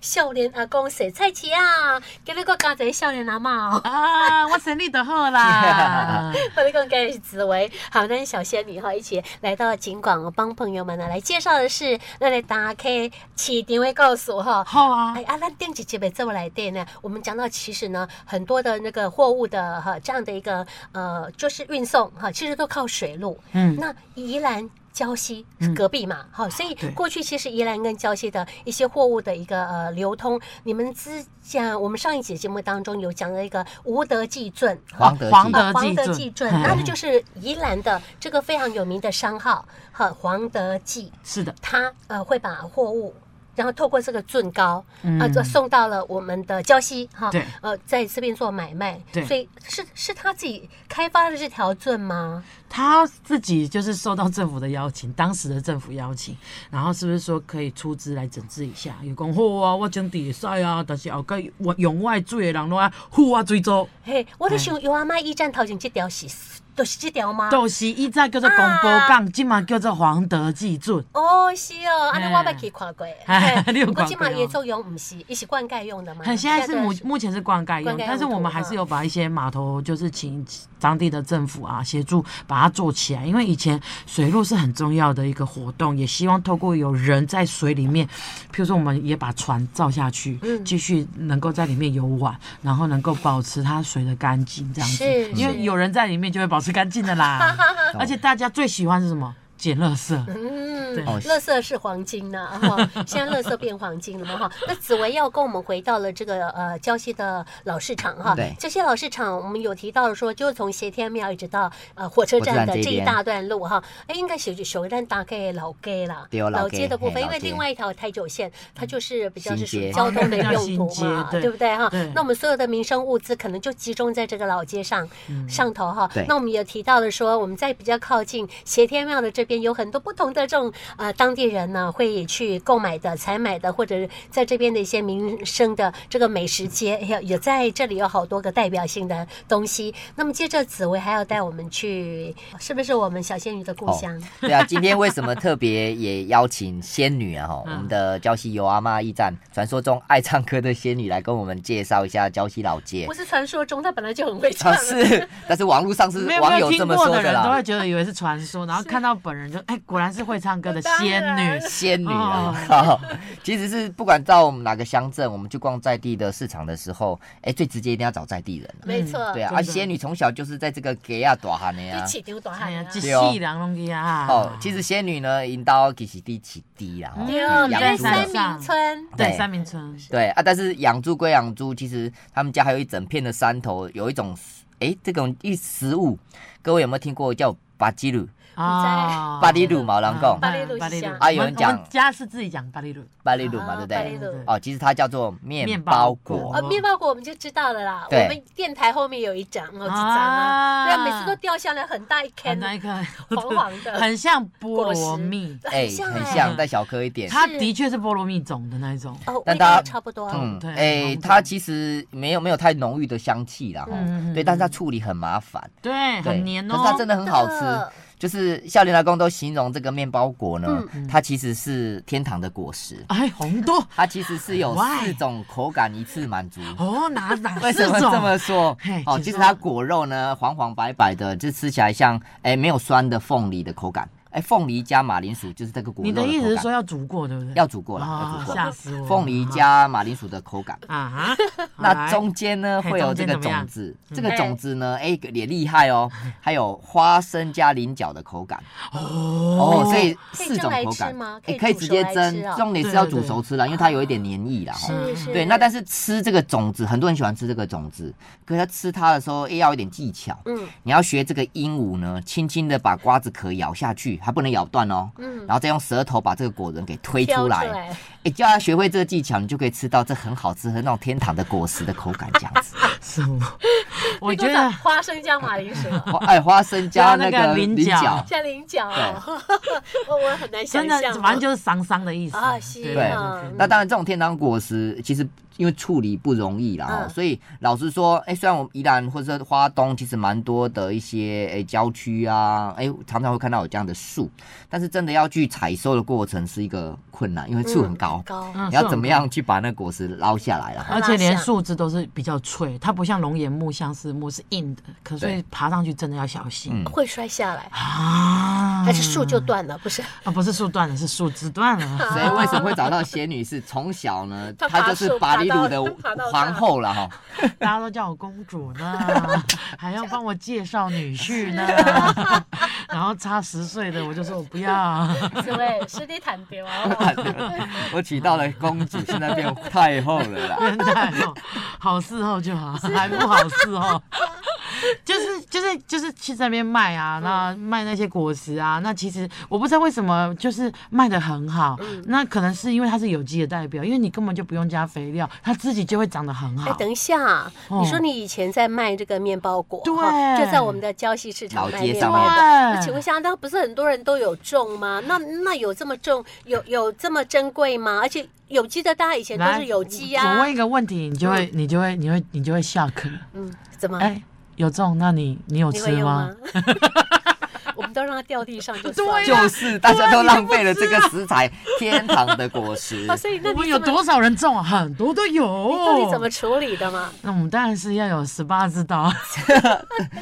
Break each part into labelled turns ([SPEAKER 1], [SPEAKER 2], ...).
[SPEAKER 1] 少年阿公洗菜市啊，今日我加一个少年阿嬷哦。
[SPEAKER 2] 啊，我生理就好啦。
[SPEAKER 1] 我跟你讲，今日是紫薇，好，那小仙女哈，一起来到景广，我帮朋友们啊呢来介绍的是，那来打开起定位告诉哈。
[SPEAKER 2] 好啊
[SPEAKER 1] 哎，啊，那电几节目这么来电呢？我们讲到，其实呢，很多的那个货物的哈这样的一个呃，就是运送哈，其实都靠水路。
[SPEAKER 2] 嗯，
[SPEAKER 1] 那宜兰。礁溪是
[SPEAKER 2] 嗯
[SPEAKER 1] 隔壁嘛，好、所以
[SPEAKER 2] 对
[SPEAKER 1] 过去其实宜兰跟礁溪的一些货物的一个呃流通，你们之前我们上一节节目当中有讲了一个无德济尊，哈
[SPEAKER 3] 黄德
[SPEAKER 2] 哦黄
[SPEAKER 3] 记
[SPEAKER 2] 德
[SPEAKER 1] 呃黄德
[SPEAKER 2] 济
[SPEAKER 1] 济
[SPEAKER 2] 尊
[SPEAKER 1] 尊，
[SPEAKER 2] 哎
[SPEAKER 1] 那就是宜兰的这个非常有名的商号和黄德济，
[SPEAKER 2] 是的，
[SPEAKER 1] 他呃会把货物。然后透过这个盾高
[SPEAKER 2] 嗯
[SPEAKER 1] 啊，这送到了我们的礁溪哈，
[SPEAKER 2] 对
[SPEAKER 1] 呃，在这边做买卖，
[SPEAKER 2] 对
[SPEAKER 1] 所以是是他自己开发的这条盾吗？
[SPEAKER 2] 他自己就是受到政府的邀请，当时的政府邀请，然后是不是说可以出资来整治一下？有讲好啊，我整治会使啊，但是后盖我用我的水的人啊拢爱护我水州，
[SPEAKER 1] 嘿，我就
[SPEAKER 2] 哎
[SPEAKER 1] 想有阿妈驿站头前这条是，就是这条吗？
[SPEAKER 2] 就是以前叫做公波港，今嘛叫做黄德济准。
[SPEAKER 1] 哦，是哦，安尼我
[SPEAKER 2] 哎
[SPEAKER 1] 捌去看过，
[SPEAKER 2] 哎你有
[SPEAKER 1] 不过
[SPEAKER 2] 看
[SPEAKER 1] 即
[SPEAKER 2] 过
[SPEAKER 1] 马
[SPEAKER 2] 哦
[SPEAKER 1] 伊作用毋是，伊是灌溉用的嘛。
[SPEAKER 2] 很现在是目
[SPEAKER 1] 的
[SPEAKER 2] 目前是灌
[SPEAKER 1] 灌
[SPEAKER 2] 溉用
[SPEAKER 1] 溉，用嗯
[SPEAKER 2] 但是我们还是有把一些码头，就是请当地的政府啊协助把它做起来，因为以前水路是很重要的一个活动，也希望透过有人在水里面，譬如说我们也把船造下去，
[SPEAKER 1] 嗯
[SPEAKER 2] 继续能够在里面游玩，然后能够保持它水的干净这样子
[SPEAKER 1] 是，
[SPEAKER 2] 因
[SPEAKER 1] 是
[SPEAKER 2] 为有人在里面就会保持干净 的啦。而且大家最喜欢是什么？捡垃圾。
[SPEAKER 1] 嗯
[SPEAKER 3] 哦
[SPEAKER 2] 对，
[SPEAKER 1] 垃圾是黄金呐、啊 哈，现在垃圾变黄金了嘛哈。那紫薇要跟我们回到了这个呃礁溪的老市场哈，
[SPEAKER 3] 对
[SPEAKER 1] 这些老市场我们有提到说，就是从斜天庙一直到呃火车站的
[SPEAKER 3] 火车站这
[SPEAKER 1] 这一
[SPEAKER 3] 边
[SPEAKER 1] 大段路哈，哎，应该属于首站大概老街啦，
[SPEAKER 3] 对哦老街
[SPEAKER 1] 街的部分，
[SPEAKER 3] 嘿
[SPEAKER 1] 因为
[SPEAKER 3] 老街
[SPEAKER 1] 另外一条台九线它就是比较是属于
[SPEAKER 3] 新街
[SPEAKER 1] 交通的用
[SPEAKER 2] 哦那个叫
[SPEAKER 1] 途嘛
[SPEAKER 2] 新，街对
[SPEAKER 1] 不对哈
[SPEAKER 2] 对？
[SPEAKER 1] 那我们所有的民生物资可能就集中在这个老街上上头哈
[SPEAKER 3] 嗯对。
[SPEAKER 1] 那我们也提到了说，我们在比较靠近斜天庙的这边，有很多不同的这种呃当地人呢会去购买的、采买的，或者在这边的一些民生的这个美食街，也也在这里有好多个代表性的东西。那么接着紫薇还要带我们去，是不是我们小仙女的故乡？
[SPEAKER 3] 对啊，今天为什么特别也邀请仙女 啊？哈，
[SPEAKER 2] 嗯
[SPEAKER 3] 我们的礁溪有阿妈驿站，传说中爱唱歌的仙女来跟我们介绍一下礁溪老街
[SPEAKER 1] 不。是传说中，她本来就很会唱
[SPEAKER 3] 啊，。是，但是网络上是
[SPEAKER 2] 没有
[SPEAKER 3] 网
[SPEAKER 2] 没有
[SPEAKER 3] 友这
[SPEAKER 2] 听
[SPEAKER 3] 么
[SPEAKER 2] 过
[SPEAKER 3] 说
[SPEAKER 2] 的人都
[SPEAKER 3] 啦
[SPEAKER 2] 会。觉得以为是传说，然后看到本人就哎、果然是会唱歌的 仙
[SPEAKER 1] 当然
[SPEAKER 2] 女，
[SPEAKER 3] 仙女啊，
[SPEAKER 2] 哦
[SPEAKER 3] 好 其实是不管到我们哪个乡镇，我们去逛在地的市场的时候，哎，最直接一定要找在地人啊。
[SPEAKER 1] 没错，
[SPEAKER 3] 对啊，
[SPEAKER 2] 呃真
[SPEAKER 3] 啊，
[SPEAKER 2] 的
[SPEAKER 3] 仙女从小就是在这个给亚大汉的呀
[SPEAKER 1] 就。起丢大
[SPEAKER 2] 哎
[SPEAKER 1] 汉啊，
[SPEAKER 2] 呀一
[SPEAKER 3] 对哦
[SPEAKER 2] 世人拢去啊！
[SPEAKER 3] 哦，其实仙女呢，引导其实低起低啦，吼
[SPEAKER 1] 对
[SPEAKER 2] 嗯
[SPEAKER 1] 哦，你在
[SPEAKER 3] 养猪
[SPEAKER 1] 三明村。
[SPEAKER 3] 的
[SPEAKER 2] 对
[SPEAKER 3] 对
[SPEAKER 2] 三明村，
[SPEAKER 3] 对啊，但是养猪归养猪，其实他们家还有一整片的山头，有一种诶，这种一食物，各位有没有听过叫巴基鲁？
[SPEAKER 2] 哦
[SPEAKER 3] 巴里鲁嘛，狼讲
[SPEAKER 1] 巴里鲁
[SPEAKER 2] 巴里鲁
[SPEAKER 1] 是
[SPEAKER 3] 啊有人讲
[SPEAKER 2] 我们家是自己讲巴里鲁，
[SPEAKER 3] 巴里鲁嘛，
[SPEAKER 1] 啊
[SPEAKER 3] 对不
[SPEAKER 1] 巴里
[SPEAKER 3] 对？
[SPEAKER 1] 鲁
[SPEAKER 3] 哦，其实它叫做面
[SPEAKER 2] 面
[SPEAKER 3] 包
[SPEAKER 2] 包
[SPEAKER 3] 果
[SPEAKER 2] 果
[SPEAKER 1] 啊，面包果我们就知道了啦。我
[SPEAKER 3] 哦对
[SPEAKER 1] 们电台后面有一张，我知道啊，
[SPEAKER 2] 啊
[SPEAKER 1] 对啊，每次都掉下来很大一
[SPEAKER 2] 很
[SPEAKER 1] 坑。
[SPEAKER 2] 那个
[SPEAKER 1] 黄黄的
[SPEAKER 2] 很像菠萝蜜，
[SPEAKER 3] 哎，
[SPEAKER 1] 像
[SPEAKER 3] 很
[SPEAKER 1] 欸
[SPEAKER 3] 像，再小颗一点。
[SPEAKER 2] 它的确是菠萝蜜种的那一种。
[SPEAKER 1] 哦，
[SPEAKER 3] 但
[SPEAKER 1] 味道
[SPEAKER 3] 它
[SPEAKER 1] 差不多。
[SPEAKER 3] 嗯，
[SPEAKER 2] 哦对
[SPEAKER 3] 哎，
[SPEAKER 2] 红
[SPEAKER 3] 它
[SPEAKER 2] 的
[SPEAKER 3] 其实没有没有太浓郁的香气啦，哈
[SPEAKER 2] 嗯嗯，嗯
[SPEAKER 3] 对，但是它处理很麻烦，
[SPEAKER 2] 对，
[SPEAKER 3] 对，
[SPEAKER 2] 很黏
[SPEAKER 3] 可是它
[SPEAKER 2] 哦。
[SPEAKER 3] 真的很好吃。就是笑脸阿公都形容这个面包果呢，
[SPEAKER 2] 嗯
[SPEAKER 3] 它其实是天堂的果实，
[SPEAKER 2] 哎，红豆
[SPEAKER 3] 它其实是有
[SPEAKER 2] Why？
[SPEAKER 3] 四种口感一次满足。
[SPEAKER 2] 哦，哪哪
[SPEAKER 3] 为什
[SPEAKER 2] 四
[SPEAKER 3] 么这么
[SPEAKER 2] 种？
[SPEAKER 3] 说
[SPEAKER 2] 嘿？
[SPEAKER 3] 哦，
[SPEAKER 2] 请
[SPEAKER 3] 其实
[SPEAKER 2] 说
[SPEAKER 3] 它果肉呢黄黄白白的，就吃起来像哎没有酸的凤梨的口感。哎，凤梨加马铃薯就是这个果
[SPEAKER 2] 你
[SPEAKER 3] 肉
[SPEAKER 2] 的
[SPEAKER 3] 口
[SPEAKER 2] 意思是说
[SPEAKER 3] 感
[SPEAKER 2] 要煮过，对不对？
[SPEAKER 3] 要煮过了，
[SPEAKER 2] 啊
[SPEAKER 3] 要煮过
[SPEAKER 2] 吓死我！
[SPEAKER 3] 凤梨加马铃薯的口感。
[SPEAKER 2] 啊哈，
[SPEAKER 3] 那中间呢
[SPEAKER 2] 嘿
[SPEAKER 3] 会有这个
[SPEAKER 2] 中间怎么
[SPEAKER 3] 种
[SPEAKER 2] 样嗯
[SPEAKER 3] 子，这个种子呢，哎也厉害哦，还有花生加菱角的口感。
[SPEAKER 2] 哦
[SPEAKER 3] 哦，所以
[SPEAKER 1] 可以
[SPEAKER 3] 四
[SPEAKER 1] 蒸
[SPEAKER 3] 种
[SPEAKER 1] 来
[SPEAKER 3] 口
[SPEAKER 1] 吃
[SPEAKER 3] 感
[SPEAKER 1] 吗，可
[SPEAKER 3] 也
[SPEAKER 1] 以
[SPEAKER 3] 可以
[SPEAKER 1] 煮
[SPEAKER 3] 直
[SPEAKER 1] 熟
[SPEAKER 3] 接
[SPEAKER 1] 来
[SPEAKER 3] 蒸
[SPEAKER 1] 吃哦，
[SPEAKER 3] 重点是要
[SPEAKER 2] 对对
[SPEAKER 3] 煮
[SPEAKER 2] 对
[SPEAKER 3] 熟吃啦，因为它有一点黏液啦。吼
[SPEAKER 1] 是是。
[SPEAKER 3] 嗯对，那但
[SPEAKER 1] 是
[SPEAKER 3] 是吃这个种子，很多人喜欢吃这个种子，可是他吃它的时候，哎要有点技巧。
[SPEAKER 1] 嗯
[SPEAKER 3] 你要学这个鹦鹉呢，轻轻的把瓜子壳咬下去，还不能咬断哦。
[SPEAKER 1] 嗯，
[SPEAKER 3] 然后再用舌头把这个果仁给推
[SPEAKER 1] 挑
[SPEAKER 3] 出
[SPEAKER 1] 出
[SPEAKER 3] 来，，哎，教他学会这个技巧，你就可以吃到这很好吃、很那种天堂的果实的口感这样子。
[SPEAKER 2] 什么？我
[SPEAKER 1] 你多
[SPEAKER 2] 觉
[SPEAKER 1] 少
[SPEAKER 2] 得
[SPEAKER 1] 花生加马铃 薯，
[SPEAKER 3] 花哎，花生加
[SPEAKER 2] 加
[SPEAKER 3] 那
[SPEAKER 2] 那
[SPEAKER 3] 个
[SPEAKER 2] 个菱
[SPEAKER 3] 菱
[SPEAKER 2] 角
[SPEAKER 3] 角，
[SPEAKER 1] 加菱角啊
[SPEAKER 3] 对，
[SPEAKER 1] 我我很难想
[SPEAKER 2] 真的
[SPEAKER 1] 象，，啊
[SPEAKER 2] 反正就是桑桑的意思
[SPEAKER 1] 啊是
[SPEAKER 2] 对
[SPEAKER 3] 对
[SPEAKER 1] 嗯
[SPEAKER 3] 那当然，这种天堂果实其实因为处理不容易啦，哦
[SPEAKER 1] 嗯
[SPEAKER 3] 所以老实说，哎、虽然我们宜兰或者是花东其实蛮多的一些哎、郊区啊，哎、常常会看到有这样的树，但是真的要去采收的过程是一个困难，因为树很高，
[SPEAKER 1] 高，
[SPEAKER 2] 嗯
[SPEAKER 3] 你要怎么？样去把那果实捞下来啦？
[SPEAKER 2] 而且连树枝都是比较脆，它不像龙眼木、相思木是硬的，可所以爬上去真的要小心
[SPEAKER 3] 嗯
[SPEAKER 1] 会摔下来，
[SPEAKER 2] 啊！
[SPEAKER 1] 还是树就断了？不是，
[SPEAKER 2] 啊，不是树断了，是树枝断
[SPEAKER 1] 嗯
[SPEAKER 2] 了。
[SPEAKER 3] 所以为什么会找到仙女？是从小 呢，
[SPEAKER 1] 她
[SPEAKER 3] 她
[SPEAKER 1] 爬
[SPEAKER 3] 就是
[SPEAKER 1] 树
[SPEAKER 3] 巴
[SPEAKER 1] 爬
[SPEAKER 3] 黎
[SPEAKER 1] 到
[SPEAKER 3] 鲁的
[SPEAKER 1] 爬到
[SPEAKER 3] 皇
[SPEAKER 1] 大
[SPEAKER 3] 后了哈。
[SPEAKER 2] 大家都叫我公主呢， 还要帮我介绍女婿呢， 然后差十岁的我就说我不要，
[SPEAKER 1] 是喂，是你坦丢啊。
[SPEAKER 3] 我娶到了公主，现在变太后了啦。
[SPEAKER 2] 变态哦，好事后就好，还不好 事后。就是就是就是去那边卖
[SPEAKER 1] 嗯
[SPEAKER 2] 啊，那卖那些果实啊，那其实我不知道为什么就是卖的很好，
[SPEAKER 1] 嗯
[SPEAKER 2] 那可能是因为它是有机的代表，因为你根本就不用加肥料，它自己就会长得很
[SPEAKER 1] 哎，
[SPEAKER 2] 好。
[SPEAKER 1] 等一下，
[SPEAKER 2] 哦
[SPEAKER 1] 你说你以前在卖这个面包果，
[SPEAKER 2] 对
[SPEAKER 1] 哈就在我们的礁溪市场
[SPEAKER 3] 老
[SPEAKER 1] 卖
[SPEAKER 3] 街
[SPEAKER 1] 面包
[SPEAKER 3] 上
[SPEAKER 1] 果。
[SPEAKER 3] 面
[SPEAKER 1] 那请问一下，那不是很多人都有种吗？那那有这么种，有有这么珍贵吗？而且有机的，大家以前都
[SPEAKER 2] 来
[SPEAKER 1] 是有机啊
[SPEAKER 2] 我
[SPEAKER 1] 呀
[SPEAKER 2] 问。一个问题，你就会你就会你会你就会下课。
[SPEAKER 1] 嗯，怎么？
[SPEAKER 2] 哎、有中，那你你有
[SPEAKER 1] 你
[SPEAKER 2] 吃
[SPEAKER 1] 会用
[SPEAKER 2] 吗
[SPEAKER 1] 吗？？ 我们都让它掉地上就算
[SPEAKER 2] 对
[SPEAKER 1] 了。
[SPEAKER 3] 就是大家都浪费了这个食材，天堂的果 实
[SPEAKER 1] 啊，。所以那
[SPEAKER 2] 我们
[SPEAKER 1] 你
[SPEAKER 2] 有
[SPEAKER 1] 怎么？
[SPEAKER 2] 多少人中啊？很多都有。
[SPEAKER 1] 你到底怎么处理的嘛？
[SPEAKER 2] 那我们当然是要有十八只刀，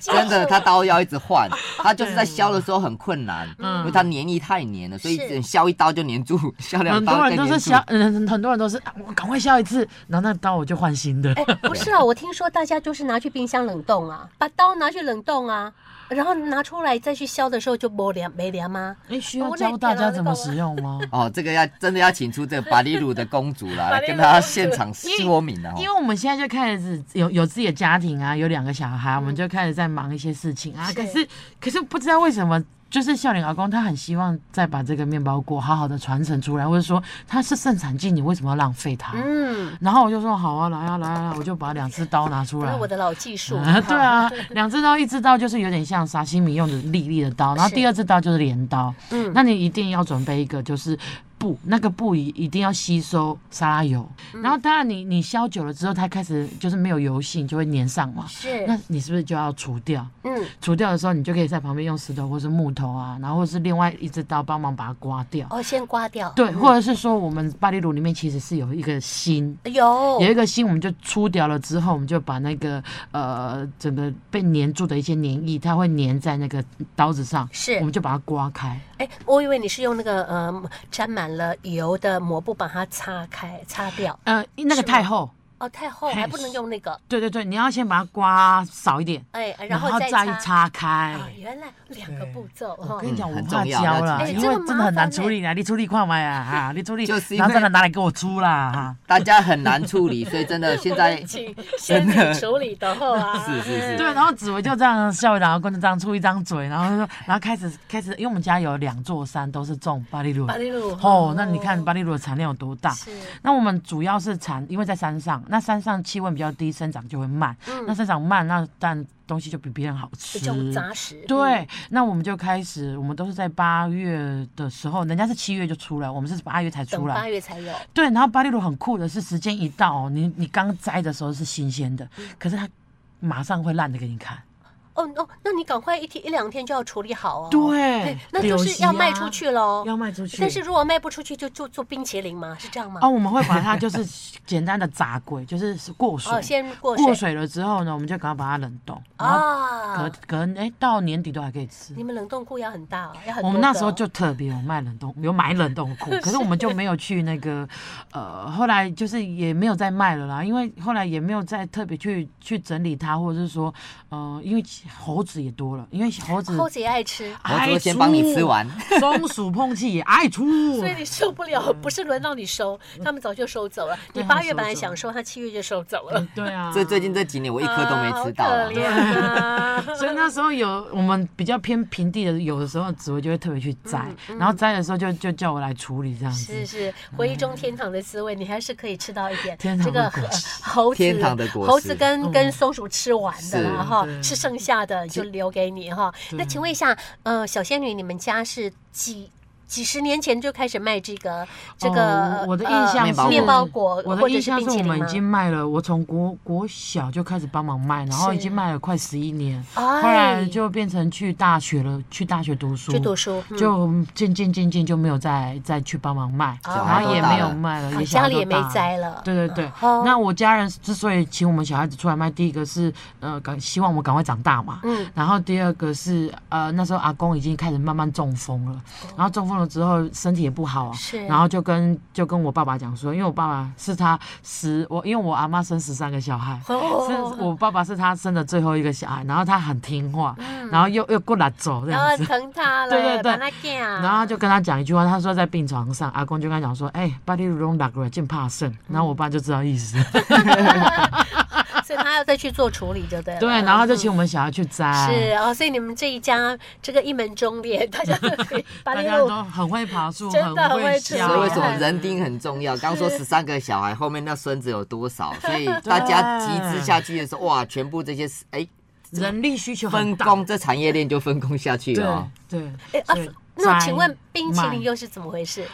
[SPEAKER 3] 真的，它刀要一直换，
[SPEAKER 1] 哦
[SPEAKER 3] 它就是在削的时候很困难，
[SPEAKER 2] 嗯
[SPEAKER 3] 因为它黏液太黏了，所以嗯
[SPEAKER 1] 是
[SPEAKER 3] 削一刀就黏住，削两
[SPEAKER 2] 很
[SPEAKER 3] 刀
[SPEAKER 2] 多
[SPEAKER 3] 再
[SPEAKER 2] 人都
[SPEAKER 3] 黏
[SPEAKER 2] 是
[SPEAKER 3] 住
[SPEAKER 2] 削，。嗯，很多人都是啊我赶快削一次，然后那刀我就换新的。
[SPEAKER 1] 哎，不是啊，我听说大家就是拿去冰箱冷冻啊，把刀拿去冷冻啊，然后拿出来再去削的时候就没凉没凉吗？
[SPEAKER 2] 哎、需要教大
[SPEAKER 1] 啊
[SPEAKER 2] 家怎么使用 吗？
[SPEAKER 3] 哦，这个要真的要请出这个巴黎鲁的公主
[SPEAKER 1] 巴
[SPEAKER 3] 来，来
[SPEAKER 1] 黎鲁
[SPEAKER 3] 跟
[SPEAKER 1] 公主
[SPEAKER 3] 她现场说明哦了哈
[SPEAKER 2] 因。为我们现在就开始有有自己的家庭啊，有两个小孩，我们就开始在忙一些事情
[SPEAKER 1] 嗯
[SPEAKER 2] 啊。
[SPEAKER 1] 是
[SPEAKER 2] 可是可是不知道为什么，就是笑脸阿公他很希望再把这个面包果好好的传承出来，或者说它是盛产季，你为什么要浪费它？
[SPEAKER 1] 嗯，
[SPEAKER 2] 然后我就说好啊，来啊来啊，来啊我就把两只刀拿出
[SPEAKER 1] 不
[SPEAKER 2] 来
[SPEAKER 1] 是。我的老技术
[SPEAKER 2] 啊，对，啊，两只刀，一只刀就是有点像沙西米用的利利的刀，然后
[SPEAKER 1] 是
[SPEAKER 2] 第二只刀就是镰刀。
[SPEAKER 1] 嗯
[SPEAKER 2] 那你一定要准备一个就是布，那个布一一定要吸收沙拉油，然后当然你你削久了之后，它开始就是没有油性，就会粘上嘛。
[SPEAKER 1] 是，
[SPEAKER 2] 那你是不是就要除掉？
[SPEAKER 1] 嗯，
[SPEAKER 2] 除掉的时候，你就可以在旁边用石头或是木头啊，然后或是另外一只刀帮忙把它刮掉。
[SPEAKER 1] 哦，先刮掉，
[SPEAKER 2] 对，或者是说我们巴黎炉里面其实是有一个芯，
[SPEAKER 1] 有
[SPEAKER 2] 有一个芯，我们就出掉了之后，我们就把那个呃整个被粘住的一些粘液，它会粘在那个刀子上，
[SPEAKER 1] 是
[SPEAKER 2] 我们就把它刮开。
[SPEAKER 1] 哎，我以为你是用那个呃沾满了油的抹布把它擦开擦掉，
[SPEAKER 2] 呃，那
[SPEAKER 1] 是
[SPEAKER 2] 个
[SPEAKER 1] 吗
[SPEAKER 2] 太厚，
[SPEAKER 1] 哦，太厚还不能用那个，
[SPEAKER 2] 对对对，你要先把它刮少一点，
[SPEAKER 1] 哎，
[SPEAKER 2] 然
[SPEAKER 1] 后
[SPEAKER 2] 再
[SPEAKER 1] 再
[SPEAKER 2] 擦开。
[SPEAKER 1] 啊，原来两个
[SPEAKER 2] 对
[SPEAKER 1] 步骤
[SPEAKER 2] 我
[SPEAKER 1] 哈
[SPEAKER 2] 跟，你讲，
[SPEAKER 3] 嗯
[SPEAKER 2] 我
[SPEAKER 3] 很
[SPEAKER 2] 怕
[SPEAKER 3] 重要
[SPEAKER 2] 焦
[SPEAKER 3] 要
[SPEAKER 2] 啦，
[SPEAKER 3] 记
[SPEAKER 2] 因
[SPEAKER 1] 住
[SPEAKER 2] 为
[SPEAKER 1] 哎这个
[SPEAKER 2] 真
[SPEAKER 1] 麻
[SPEAKER 2] 的很难
[SPEAKER 1] 烦
[SPEAKER 2] 处理啊啦，你处理看嘛呀， 哈，你处理，
[SPEAKER 3] 就是因
[SPEAKER 2] 然后真
[SPEAKER 3] 为
[SPEAKER 2] 的拿来给我出啦，哈。
[SPEAKER 3] 大家很难处理，所以真的现在
[SPEAKER 1] 请仙女处理的后啊，
[SPEAKER 3] 是是是
[SPEAKER 2] 对，然后紫薇就这样笑，然后跟着这样出一张嘴，然后就说，然后开始开始，因为我们家有两座山都是种巴黎露
[SPEAKER 1] 巴，黎路
[SPEAKER 2] 哦，那你看巴黎露的产量有多大？
[SPEAKER 1] 嗯是
[SPEAKER 2] 那我们主要是产，因为在山上，那山上气温比较低，生长就会慢。那生长慢，那但东西就比别人好吃
[SPEAKER 1] 嗯比。较扎实，嗯，
[SPEAKER 2] 对，那我们就开始，我们都是在八月的时候，人家是七月就出来，我们是八月才
[SPEAKER 1] 等
[SPEAKER 2] 出
[SPEAKER 1] 八
[SPEAKER 2] 来。
[SPEAKER 1] 月才有，
[SPEAKER 2] 对，然后巴黎鲁很酷的是，时间一到哦，你你刚摘的时候是新鲜的，
[SPEAKER 1] 嗯
[SPEAKER 2] 可是它马上会烂的给你看。
[SPEAKER 1] 哦哦，那你赶快一天一两天就要处理好哦，
[SPEAKER 2] 对
[SPEAKER 1] 哎，那就是要卖出
[SPEAKER 2] 柳
[SPEAKER 1] 去喽
[SPEAKER 2] 芽，。要卖出去。
[SPEAKER 1] 但是如果卖不出去，就就做冰淇淋吗？是这样吗？
[SPEAKER 2] 哦，我们会把它就是 简单的炸龟，就是是过水。
[SPEAKER 1] 哦，先过
[SPEAKER 2] 过水了之后呢，我们就赶快把它冷冻，然后
[SPEAKER 1] 啊
[SPEAKER 2] 隔！隔哎、到年底都还可以吃
[SPEAKER 1] 你。们冷冻库要很大哦，要很多个哦。
[SPEAKER 2] 我们那时候就特别有卖冷冻， 有买冷冻 库，可是我们就没有去那个，呃，后来就是也没有再卖了啦，因为后来也没有再特别去去整理它，或者是说，呃，因为猴子也多了，因为猴子
[SPEAKER 1] 猴子也爱吃，
[SPEAKER 3] 我
[SPEAKER 2] 爱
[SPEAKER 3] 会先帮你吃
[SPEAKER 2] 出，
[SPEAKER 3] 完。
[SPEAKER 2] 松鼠碰气也爱出，
[SPEAKER 1] 所以你受不了，不是轮到你收，他们早就收走了。你
[SPEAKER 2] 嗯对
[SPEAKER 1] 八月本
[SPEAKER 2] 他
[SPEAKER 1] 来
[SPEAKER 2] 收走
[SPEAKER 1] 想
[SPEAKER 2] 了
[SPEAKER 1] 收，他七月就收走了，
[SPEAKER 2] 对啊，
[SPEAKER 3] 所以最近这几年嗯我一
[SPEAKER 1] 一
[SPEAKER 3] 颗都没吃到
[SPEAKER 1] 可
[SPEAKER 3] 啊。
[SPEAKER 1] 怜啊！
[SPEAKER 2] 所以那时候有我们比较偏平地的，有的时候紫薇就会特别去摘，然后摘的时候就就叫我来处理这样子。
[SPEAKER 1] 嗯是是，回忆中天堂的滋味，你还是可以吃到一点。
[SPEAKER 2] 天堂
[SPEAKER 1] 这个
[SPEAKER 2] 的果
[SPEAKER 1] 猴
[SPEAKER 2] 实
[SPEAKER 1] 猴子，
[SPEAKER 3] 天堂的果
[SPEAKER 1] 猴
[SPEAKER 3] 实
[SPEAKER 1] 子跟跟松鼠吃完的啦
[SPEAKER 3] 是
[SPEAKER 1] 哈，
[SPEAKER 2] 嗯对
[SPEAKER 1] 吃剩下的就留给你哈。那
[SPEAKER 2] 对
[SPEAKER 1] 请问一下，呃，小仙女，你们家是几几十年前就开始卖这个这个、
[SPEAKER 2] 哦我的印象
[SPEAKER 1] 呃
[SPEAKER 3] 是
[SPEAKER 1] 面包果，
[SPEAKER 2] 我
[SPEAKER 1] 或
[SPEAKER 2] 的
[SPEAKER 1] 者
[SPEAKER 2] 印
[SPEAKER 1] 是
[SPEAKER 2] 象
[SPEAKER 1] 冰淇
[SPEAKER 2] 是我
[SPEAKER 1] 淋
[SPEAKER 2] 们已
[SPEAKER 1] 吗
[SPEAKER 2] 经卖了，我从国国小就开始帮忙卖，然后已
[SPEAKER 1] 是
[SPEAKER 2] 经卖了快十一年，
[SPEAKER 1] 哎
[SPEAKER 2] 后来就变成去大学了，去大学读书，
[SPEAKER 1] 去读书，嗯
[SPEAKER 2] 就渐渐渐渐就没有再再去帮忙卖，
[SPEAKER 1] 哦
[SPEAKER 2] 然后也没有卖
[SPEAKER 1] 啊
[SPEAKER 2] 了，也小
[SPEAKER 1] 家
[SPEAKER 2] 孩
[SPEAKER 1] 里
[SPEAKER 2] 都
[SPEAKER 1] 也没
[SPEAKER 2] 大了
[SPEAKER 1] 摘了，
[SPEAKER 2] 对对对，
[SPEAKER 1] 哦
[SPEAKER 2] 那我家人之所以请我们小孩子出来卖，第一个是呃，赶希望我们赶快长大嘛，
[SPEAKER 1] 嗯，
[SPEAKER 2] 然后第二个是呃，那时候阿公已经开始慢慢中风了，然后中风了之后身体也不好啊，
[SPEAKER 1] 哦是，
[SPEAKER 2] 然后就跟就跟我爸爸讲说，因为我爸爸是他十我因为我阿妈生十三个小孩，
[SPEAKER 1] 哦
[SPEAKER 2] 是我爸爸是他生的最后一个小孩，然后他很听话，
[SPEAKER 1] 嗯
[SPEAKER 2] 然后又又过来走这
[SPEAKER 1] 然
[SPEAKER 2] 样
[SPEAKER 1] 后
[SPEAKER 2] 子。
[SPEAKER 1] 啊疼他了，
[SPEAKER 2] 对对对
[SPEAKER 1] 把他干啊
[SPEAKER 2] 然后他就 跟他讲一句话，他说在病床上，阿公就跟他讲说：“哎、巴蒂鲁隆打过来，见怕
[SPEAKER 1] 嗯
[SPEAKER 2] 肾。”然后我爸就知道意 思，
[SPEAKER 1] 所以他要再去做处理，就对了。嗯
[SPEAKER 2] 对，然后他就请我们小孩去
[SPEAKER 3] 啊
[SPEAKER 2] 摘，
[SPEAKER 1] 是哦，所以你们这一家这个一门忠烈，大家都可以把
[SPEAKER 2] 大
[SPEAKER 1] 那
[SPEAKER 2] 家
[SPEAKER 1] 个
[SPEAKER 2] 都很会爬树，
[SPEAKER 1] 真的很会
[SPEAKER 2] 会
[SPEAKER 1] 吃
[SPEAKER 2] 笑，
[SPEAKER 3] 所以为什
[SPEAKER 1] 对
[SPEAKER 3] 么人丁很重要？刚说十三个小孩，后面那孙子有多少？所以大家集资下去的时候，哇，全部这些哎
[SPEAKER 2] 人力需求很
[SPEAKER 3] 分
[SPEAKER 2] 大？
[SPEAKER 3] 工，这产业链就分工下去
[SPEAKER 2] 对
[SPEAKER 3] 了哦。
[SPEAKER 2] 对
[SPEAKER 1] 哎啊
[SPEAKER 2] 所以，
[SPEAKER 1] 那
[SPEAKER 2] 摘
[SPEAKER 1] 请问冰淇
[SPEAKER 2] 卖
[SPEAKER 1] 淋又是怎么回事？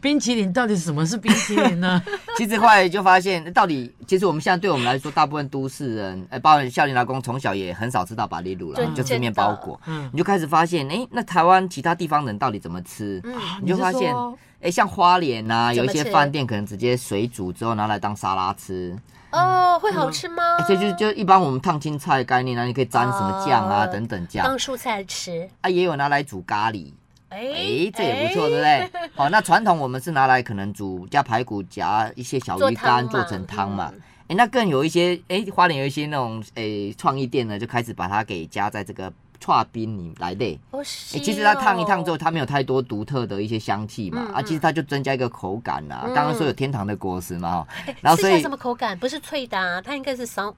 [SPEAKER 2] 冰淇淋到底什么是冰淇淋 呢？
[SPEAKER 3] 其实后来就发现，到底其实我们现在对我们来说，大部分都市人，哎，包括孝廉老公从小也很少吃到巴黎乳
[SPEAKER 1] 对
[SPEAKER 3] 了，就
[SPEAKER 1] 真
[SPEAKER 3] 吃
[SPEAKER 1] 的
[SPEAKER 3] 面包果，
[SPEAKER 2] 嗯，
[SPEAKER 3] 你就开始发现，哎，那台湾其他地方人到底怎么吃？
[SPEAKER 1] 嗯，
[SPEAKER 3] 你就发现
[SPEAKER 2] 是说
[SPEAKER 3] 哎，像花莲呐、
[SPEAKER 1] 怎
[SPEAKER 3] 有
[SPEAKER 1] 么
[SPEAKER 3] 一些
[SPEAKER 1] 吃
[SPEAKER 3] 饭店可能直接水煮之后拿来当沙拉吃，
[SPEAKER 1] 哦，会好吃吗
[SPEAKER 3] 哎？这就是就一般我们烫青菜的概念啊，你可以沾什么酱啊、
[SPEAKER 1] 哦
[SPEAKER 3] 等等酱
[SPEAKER 1] 当蔬菜吃，
[SPEAKER 3] 啊，也有拿来煮咖喱，
[SPEAKER 1] 哎
[SPEAKER 3] 哎、这也不错，对不对？好、那传统我们是拿来可能煮加排骨夹一些小
[SPEAKER 1] 做
[SPEAKER 3] 鱼
[SPEAKER 1] 汤
[SPEAKER 3] 干做
[SPEAKER 1] 嘛
[SPEAKER 3] 成汤嘛。
[SPEAKER 1] 嗯
[SPEAKER 3] 哎、那更有一些哎，花莲有一些那种哎创意店呢，就开始把它给加在这个刨冰里来类。
[SPEAKER 1] 哦，
[SPEAKER 3] 哎、
[SPEAKER 1] 是
[SPEAKER 3] 其实它烫一烫之
[SPEAKER 1] 哦
[SPEAKER 3] 后，它没有太多独特的一些香气嘛，
[SPEAKER 1] 嗯
[SPEAKER 3] 啊，
[SPEAKER 1] 嗯
[SPEAKER 3] 其实它就增加一个口感啦、
[SPEAKER 1] 嗯
[SPEAKER 3] 刚刚说有天堂的果实嘛，哈、
[SPEAKER 1] 哎
[SPEAKER 3] 然后
[SPEAKER 1] 吃
[SPEAKER 3] 所
[SPEAKER 1] 起来
[SPEAKER 3] 以
[SPEAKER 1] 什么口感？不是脆的啊，它应该是桑，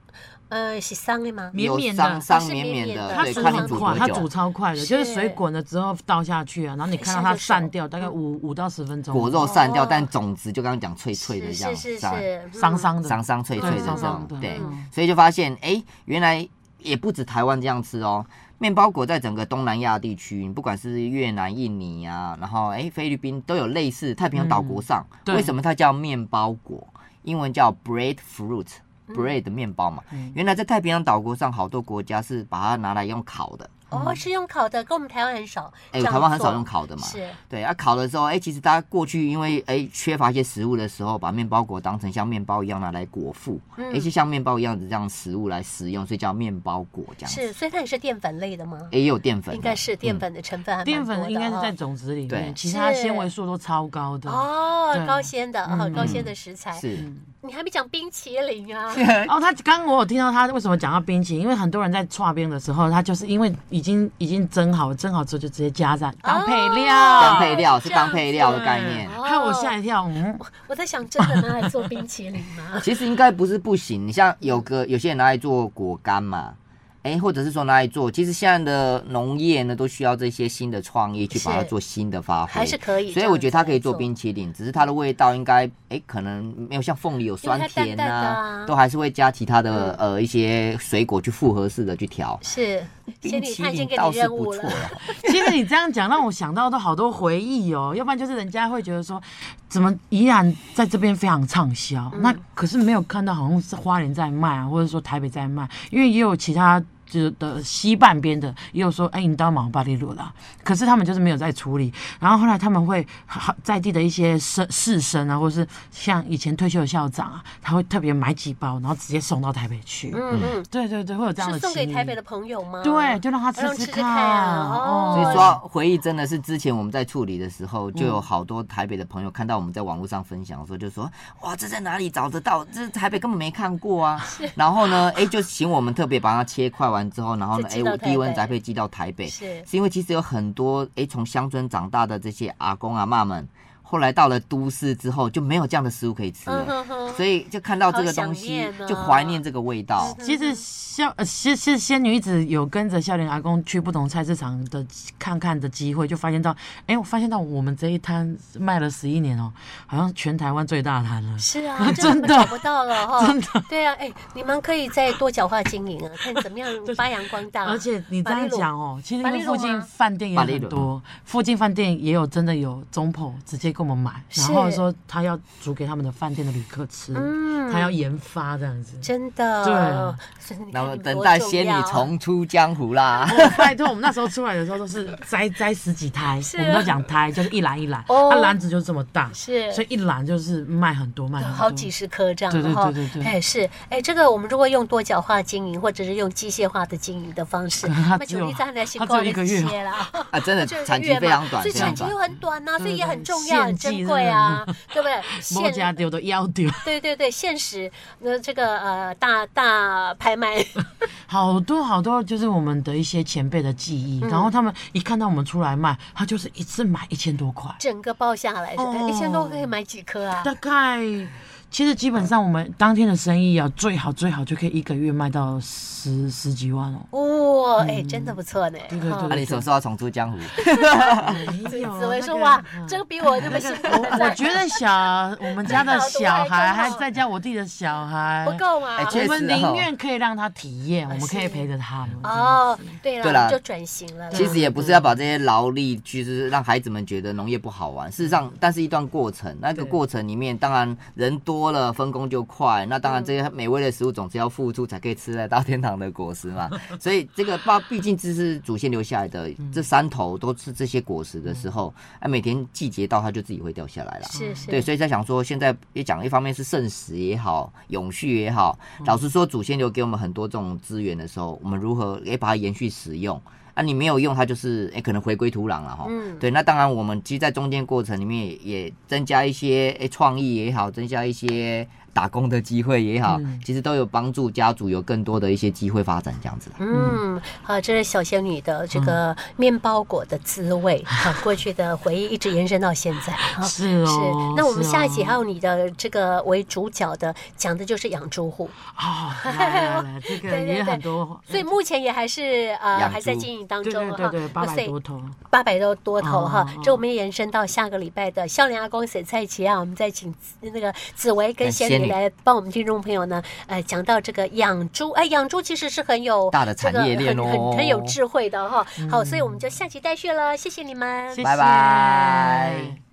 [SPEAKER 1] 呃，是桑的吗？
[SPEAKER 2] 绵
[SPEAKER 3] 有
[SPEAKER 2] 绵的
[SPEAKER 3] 桑
[SPEAKER 1] 哦
[SPEAKER 3] 桑
[SPEAKER 1] 是
[SPEAKER 3] 绵
[SPEAKER 1] 绵
[SPEAKER 3] 绵
[SPEAKER 1] 绵
[SPEAKER 3] 的
[SPEAKER 1] 的，
[SPEAKER 2] 它
[SPEAKER 3] 对，
[SPEAKER 2] 煮
[SPEAKER 3] 看你
[SPEAKER 2] 很
[SPEAKER 3] 煮
[SPEAKER 2] 快，
[SPEAKER 3] 多
[SPEAKER 2] 它
[SPEAKER 3] 久啊
[SPEAKER 2] 煮。超快的，就是
[SPEAKER 1] 是
[SPEAKER 2] 水滚了之后倒下去啊，然后你看到它散掉，大概五五到十分钟，
[SPEAKER 3] 果肉散掉，
[SPEAKER 1] 哦
[SPEAKER 3] 但种子就刚刚讲脆脆的
[SPEAKER 1] 是
[SPEAKER 3] 这样，
[SPEAKER 1] 是是
[SPEAKER 3] 吧
[SPEAKER 1] 是，
[SPEAKER 2] 桑
[SPEAKER 1] 嗯
[SPEAKER 2] 桑的，
[SPEAKER 3] 桑桑脆脆的
[SPEAKER 2] 对
[SPEAKER 3] 这
[SPEAKER 2] 桑桑
[SPEAKER 3] 样
[SPEAKER 2] 的，，
[SPEAKER 3] 对，
[SPEAKER 2] 嗯
[SPEAKER 3] 所以就发现，哎、原来也不止台湾这样吃哦。面包果在整个东南亚地区，不管是越南、印尼啊，然后哎、菲律宾都有类似。太平洋岛国上，
[SPEAKER 2] 嗯对
[SPEAKER 3] 为什么它叫面包果？英文叫 bread fruit。bread 面包嘛，
[SPEAKER 2] 嗯
[SPEAKER 3] 原来在太平洋岛国上，好多国家是把它拿来用烤的。
[SPEAKER 1] 哦，是用烤的，跟我们台湾很少这
[SPEAKER 3] 嗯哎、
[SPEAKER 1] 样做，
[SPEAKER 3] 台湾很少用烤的嘛。
[SPEAKER 1] 是
[SPEAKER 3] 对啊，烤的时候，哎、其实大家过去因为哎、缺乏一些食物的时候，把面包果当成像面包一样拿来果腹，哎、
[SPEAKER 1] 嗯
[SPEAKER 3] 就像面包一样的这样食物来食用，所以叫面包果这样子。
[SPEAKER 1] 是，所以它也是淀粉类的吗？
[SPEAKER 3] 哎也有淀粉的，嗯
[SPEAKER 1] 应该是淀粉的成分还蛮
[SPEAKER 2] 淀
[SPEAKER 1] 多
[SPEAKER 2] 粉
[SPEAKER 1] 的
[SPEAKER 2] 应该是
[SPEAKER 1] 哦
[SPEAKER 2] 在种子里面，
[SPEAKER 3] 对
[SPEAKER 2] 其他
[SPEAKER 1] 是
[SPEAKER 2] 纤维素都超高的。哦，
[SPEAKER 1] 哦，
[SPEAKER 2] 对
[SPEAKER 1] 高纤的哦，
[SPEAKER 2] 嗯
[SPEAKER 1] 高纤的食材
[SPEAKER 3] 嗯，。是
[SPEAKER 1] 你还没讲冰淇淋 啊？
[SPEAKER 2] 哦他刚刚我有听到他为什么讲到冰淇淋，因为很多人在搓冰的时候，他就是因为已经已经蒸好，蒸好之后就直接加在当配料，
[SPEAKER 3] 当配料，是
[SPEAKER 1] 哦这样
[SPEAKER 3] 当配料的概念。？
[SPEAKER 1] 子
[SPEAKER 2] 害我吓一跳，嗯，
[SPEAKER 1] 哦我在想，真的拿来做冰淇淋吗
[SPEAKER 3] 其实应该不是不行，你像有个有些人拿来做果干嘛，哎、或者是说拿来做，其实现在的农业呢都需要这些新的创意去把它
[SPEAKER 1] 是
[SPEAKER 3] 做新的发挥，
[SPEAKER 1] 还是可以这样子来做？
[SPEAKER 3] 所以我觉得它可以做冰淇淋，只是它的味道应该，哎，可能没有像凤梨有酸
[SPEAKER 1] 因为
[SPEAKER 3] 甜
[SPEAKER 1] 它淡
[SPEAKER 3] 呐、
[SPEAKER 1] 淡的啊嗯
[SPEAKER 3] 都还是会加其他的、呃一些水果去复合式的去调。
[SPEAKER 1] 是，仙
[SPEAKER 3] 冰
[SPEAKER 1] 女
[SPEAKER 3] 淇
[SPEAKER 1] 她已
[SPEAKER 3] 淋
[SPEAKER 1] 经给
[SPEAKER 3] 倒
[SPEAKER 1] 你
[SPEAKER 3] 是
[SPEAKER 1] 任
[SPEAKER 3] 不
[SPEAKER 1] 务
[SPEAKER 3] 错
[SPEAKER 1] 了。
[SPEAKER 3] 啦，
[SPEAKER 2] 其实你这样讲，让我想到都好多回忆哦。要不然就是人家会觉得说，怎么宜兰在这边非常畅销，
[SPEAKER 1] 嗯
[SPEAKER 2] 那可是没有看到好像是花莲在卖啊，或者说台北在卖，因为也有其他。就是的西半边的也有说，哎、你到马巴利罗啦，可是他们就是没有在处理。然后后来他们会好在地的一些士士绅啊，或是像以前退休的校长啊，他会特别买几包，然后直接送到台北去。
[SPEAKER 1] 嗯
[SPEAKER 2] 对对对，会有这样
[SPEAKER 1] 嗯，
[SPEAKER 2] 的
[SPEAKER 1] 是送
[SPEAKER 2] 心
[SPEAKER 1] 给台北
[SPEAKER 2] 意
[SPEAKER 1] 的朋友吗？
[SPEAKER 2] 对，就让他吃
[SPEAKER 1] 让吃吃
[SPEAKER 2] 吃看。
[SPEAKER 1] 看啊哦嗯
[SPEAKER 2] 哦，
[SPEAKER 3] 所以说到回忆真的是之前我们在处理的时候，就有好多台北的朋友看到我们在网络上分享的时候，就说哇，这在哪里找得到？这台北根本没看过 啊。然后呢，哎，就请我们特别把它切块完之后，然后呢，
[SPEAKER 1] 就寄
[SPEAKER 3] 哎
[SPEAKER 1] 到，台北
[SPEAKER 3] 低温宅配寄到台北。
[SPEAKER 1] 是
[SPEAKER 3] 是因为其实有很多诶从乡村长大的这些阿公阿嬷们，后来到了都市之后就没有这样的食物可以吃
[SPEAKER 1] 嗯
[SPEAKER 3] 了，
[SPEAKER 1] 哼哼，
[SPEAKER 3] 所以就看到这个东
[SPEAKER 1] 好想
[SPEAKER 3] 西
[SPEAKER 1] 念哦
[SPEAKER 3] 就怀念这个味道。
[SPEAKER 2] 其实孝呃，其实仙女一直有跟着孝廉阿公去不同菜市场的看看的机会，就发现到，哎，我发现到我们这一摊卖了十一年哦，好像全台湾最大摊了。
[SPEAKER 1] 是啊， 这
[SPEAKER 2] 真的
[SPEAKER 1] 找不到了哈，
[SPEAKER 2] 真的。
[SPEAKER 1] 对啊，哎、你们可以再多角化经营 啊，看怎么样发扬光大。
[SPEAKER 2] 而且你这
[SPEAKER 1] 马
[SPEAKER 2] 样
[SPEAKER 1] 铃薯
[SPEAKER 2] 讲哦，其实
[SPEAKER 1] 马
[SPEAKER 2] 因
[SPEAKER 1] 铃
[SPEAKER 2] 为
[SPEAKER 1] 薯
[SPEAKER 2] 附近
[SPEAKER 1] 吗
[SPEAKER 2] 饭店也
[SPEAKER 3] 马铃
[SPEAKER 2] 很
[SPEAKER 3] 薯
[SPEAKER 2] 多，附近饭店也有真的有中婆直接跟我们买，然
[SPEAKER 1] 是
[SPEAKER 2] 后说他要煮给他们的饭店的旅客吃，
[SPEAKER 1] 嗯
[SPEAKER 2] 他要研发这样子。
[SPEAKER 1] 真的，
[SPEAKER 2] 对
[SPEAKER 1] 所以你看
[SPEAKER 3] 那么
[SPEAKER 1] 你们
[SPEAKER 3] 等
[SPEAKER 1] 多
[SPEAKER 3] 待
[SPEAKER 1] 重
[SPEAKER 3] 仙女
[SPEAKER 1] 要啊
[SPEAKER 3] 重出江 湖啦。
[SPEAKER 2] 拜托，我们那时候出来的时候都是摘摘十几胎，
[SPEAKER 1] 是啊
[SPEAKER 2] 我们都讲胎，就是一篮一篮，
[SPEAKER 1] 哦
[SPEAKER 2] 它篮子就这么大，
[SPEAKER 1] 是
[SPEAKER 2] 所以一篮就是卖很多卖很多，
[SPEAKER 1] 好几十颗这样，
[SPEAKER 2] 对对
[SPEAKER 1] 然后
[SPEAKER 2] 对对对
[SPEAKER 1] 哎是，哎这个我们如果用多角化经营，或者是用机械化的经营的方式，
[SPEAKER 2] 它
[SPEAKER 1] 那
[SPEAKER 2] 只
[SPEAKER 1] 就
[SPEAKER 2] 有
[SPEAKER 1] 你在来
[SPEAKER 2] 它只有一个月哦
[SPEAKER 1] 啦，
[SPEAKER 3] 啊，真 的
[SPEAKER 1] 就一个
[SPEAKER 3] 产期
[SPEAKER 1] 月
[SPEAKER 3] 非
[SPEAKER 1] 嘛
[SPEAKER 3] 常短，
[SPEAKER 1] 所以
[SPEAKER 3] 非
[SPEAKER 1] 产
[SPEAKER 3] 常
[SPEAKER 1] 期
[SPEAKER 3] 短
[SPEAKER 1] 又。很短啊呐，所以也很重
[SPEAKER 2] 对
[SPEAKER 1] 要、
[SPEAKER 2] 对
[SPEAKER 1] 很
[SPEAKER 2] 献
[SPEAKER 1] 珍
[SPEAKER 2] 祭
[SPEAKER 1] 贵啊
[SPEAKER 2] 真，
[SPEAKER 1] 对不 对？
[SPEAKER 2] 摸家
[SPEAKER 1] 现
[SPEAKER 2] 丢的要丢，
[SPEAKER 1] 对对对，限时那这个呃大大拍卖，
[SPEAKER 2] 好多好多就是我们的一些前辈的记
[SPEAKER 1] 嗯
[SPEAKER 2] 忆，然后他们一看到我们出来卖，他就是一次买一千多块。
[SPEAKER 1] 整个包下来，
[SPEAKER 2] 哦
[SPEAKER 1] 哎一千多可以买几颗啊？
[SPEAKER 2] 大概其实基本上我们当天的生意啊，最好最好就可以一个月卖到十十几万哦。
[SPEAKER 1] 哇，哎，真的不错呢。
[SPEAKER 2] 嗯对对
[SPEAKER 1] 哈
[SPEAKER 3] 啊那你什么时候要重出江湖？
[SPEAKER 2] 没有
[SPEAKER 1] 紫薇说
[SPEAKER 2] 那个
[SPEAKER 1] 哇，
[SPEAKER 2] 嗯
[SPEAKER 1] 这哎个比我那么辛 苦的
[SPEAKER 2] 我
[SPEAKER 1] 在
[SPEAKER 2] 觉得小我们家的小孩，还在家我弟的小孩，
[SPEAKER 1] 不够啊吗
[SPEAKER 3] 哎？
[SPEAKER 2] 我
[SPEAKER 3] 确
[SPEAKER 2] 们
[SPEAKER 3] 实哦
[SPEAKER 2] 宁愿可以让他体验，我们可以陪着他们。
[SPEAKER 1] 哦，
[SPEAKER 2] 嗯
[SPEAKER 1] 对了，
[SPEAKER 3] 对啦
[SPEAKER 1] 就转型了啦。
[SPEAKER 3] 其实也不
[SPEAKER 1] 嗯
[SPEAKER 3] 是要把这些劳力，就是让孩子们觉得农业不好玩。事实
[SPEAKER 1] 嗯
[SPEAKER 3] 上，但是一段过程，那个
[SPEAKER 2] 对
[SPEAKER 3] 过程里面，当然人多了，分工就快。那
[SPEAKER 1] 嗯
[SPEAKER 3] 当然，这些美味的食物总是要付出才可以吃得到天堂的果实 嘛。所以这个爸，毕竟这是祖先留下来的，
[SPEAKER 1] 嗯
[SPEAKER 3] 这山头都是这些果实的时候，哎，每天季节到，它就自己会掉下来了。
[SPEAKER 1] 是是，
[SPEAKER 3] 对，所以在想说，现在也讲一方面是剩食也好，永续也好。
[SPEAKER 1] 嗯
[SPEAKER 3] 老实说，祖先留给我们很多这种资源的时候，我们如何也把它延续使用？啊，你没有用它，就是哎、诶可能回归土壤了哈。
[SPEAKER 1] 嗯
[SPEAKER 3] 对，那当然，我们其实，在中间过程里面也也增加一些哎创、意也好，增加一些打工的机会也好，
[SPEAKER 2] 嗯
[SPEAKER 3] 其实都有帮助家族有更多的一些机会发展这样子啦。
[SPEAKER 1] 嗯，好、这是小仙女的这个面包果的滋味，好、过去的回忆一直延伸到现在。哈
[SPEAKER 2] 嗯 是
[SPEAKER 1] 是
[SPEAKER 2] 哦，，
[SPEAKER 1] 那我们
[SPEAKER 2] 是哦
[SPEAKER 1] 下一集还有你的这个为主角的，讲的就是养猪户，
[SPEAKER 2] 哦，来来来，这
[SPEAKER 1] 对
[SPEAKER 2] 个
[SPEAKER 1] 对
[SPEAKER 2] 也
[SPEAKER 1] 对
[SPEAKER 2] 很多，
[SPEAKER 1] 所以目前也还是呃
[SPEAKER 3] 养
[SPEAKER 1] 还在
[SPEAKER 3] 猪
[SPEAKER 1] 经营当
[SPEAKER 2] 对
[SPEAKER 1] 中
[SPEAKER 2] 对对对，八百多
[SPEAKER 1] 所以
[SPEAKER 2] 头。
[SPEAKER 1] 八百多多头
[SPEAKER 2] 哦
[SPEAKER 1] 哈、
[SPEAKER 2] 哦
[SPEAKER 1] 这我们也延伸到下个礼拜的笑脸阿公写菜奇啊，我们再请那个紫薇跟
[SPEAKER 3] 嗯
[SPEAKER 1] 仙
[SPEAKER 3] 仙
[SPEAKER 1] 女
[SPEAKER 3] 女
[SPEAKER 1] 来帮我们听众朋友呢，呃，讲到这个养猪，哎，养猪其实是很有
[SPEAKER 3] 大的
[SPEAKER 1] 这个
[SPEAKER 3] 产业链
[SPEAKER 1] 很很很有
[SPEAKER 3] 哦
[SPEAKER 1] 智慧的哈、好，所以我们就下期待续了，谢谢你们，
[SPEAKER 2] 谢谢
[SPEAKER 3] 拜拜